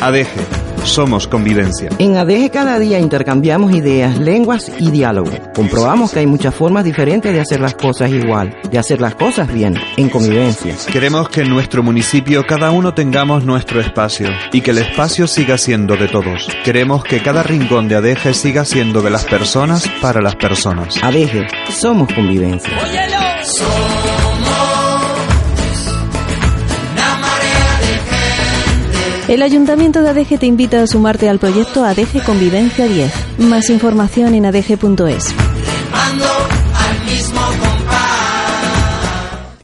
ADG. Somos convivencia. En ADG cada día intercambiamos ideas, lenguas y diálogo. Comprobamos que hay muchas formas diferentes de hacer las cosas igual, de hacer las cosas bien, en convivencia. Queremos que en nuestro municipio cada uno tengamos nuestro espacio y que el espacio siga siendo de todos. Queremos que cada rincón de ADG siga siendo de las personas para las personas. ADG, somos convivencia. El Ayuntamiento de ADG te invita a sumarte al proyecto ADG Convivencia 10. Más información en adg.es.